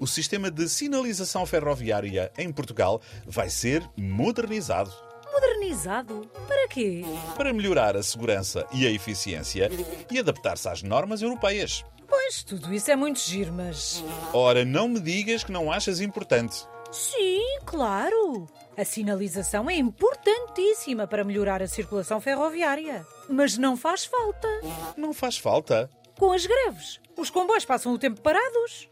O sistema de sinalização ferroviária em Portugal vai ser modernizado. Modernizado? Para quê? Para melhorar a segurança e a eficiência e adaptar-se às normas europeias. Pois, tudo isso é muito giro, mas. Ora, não me digas que não achas importante. Sim, claro! A sinalização é importantíssima para melhorar a circulação ferroviária. Mas não faz falta. Não faz falta. Com as greves, os comboios passam o tempo parados.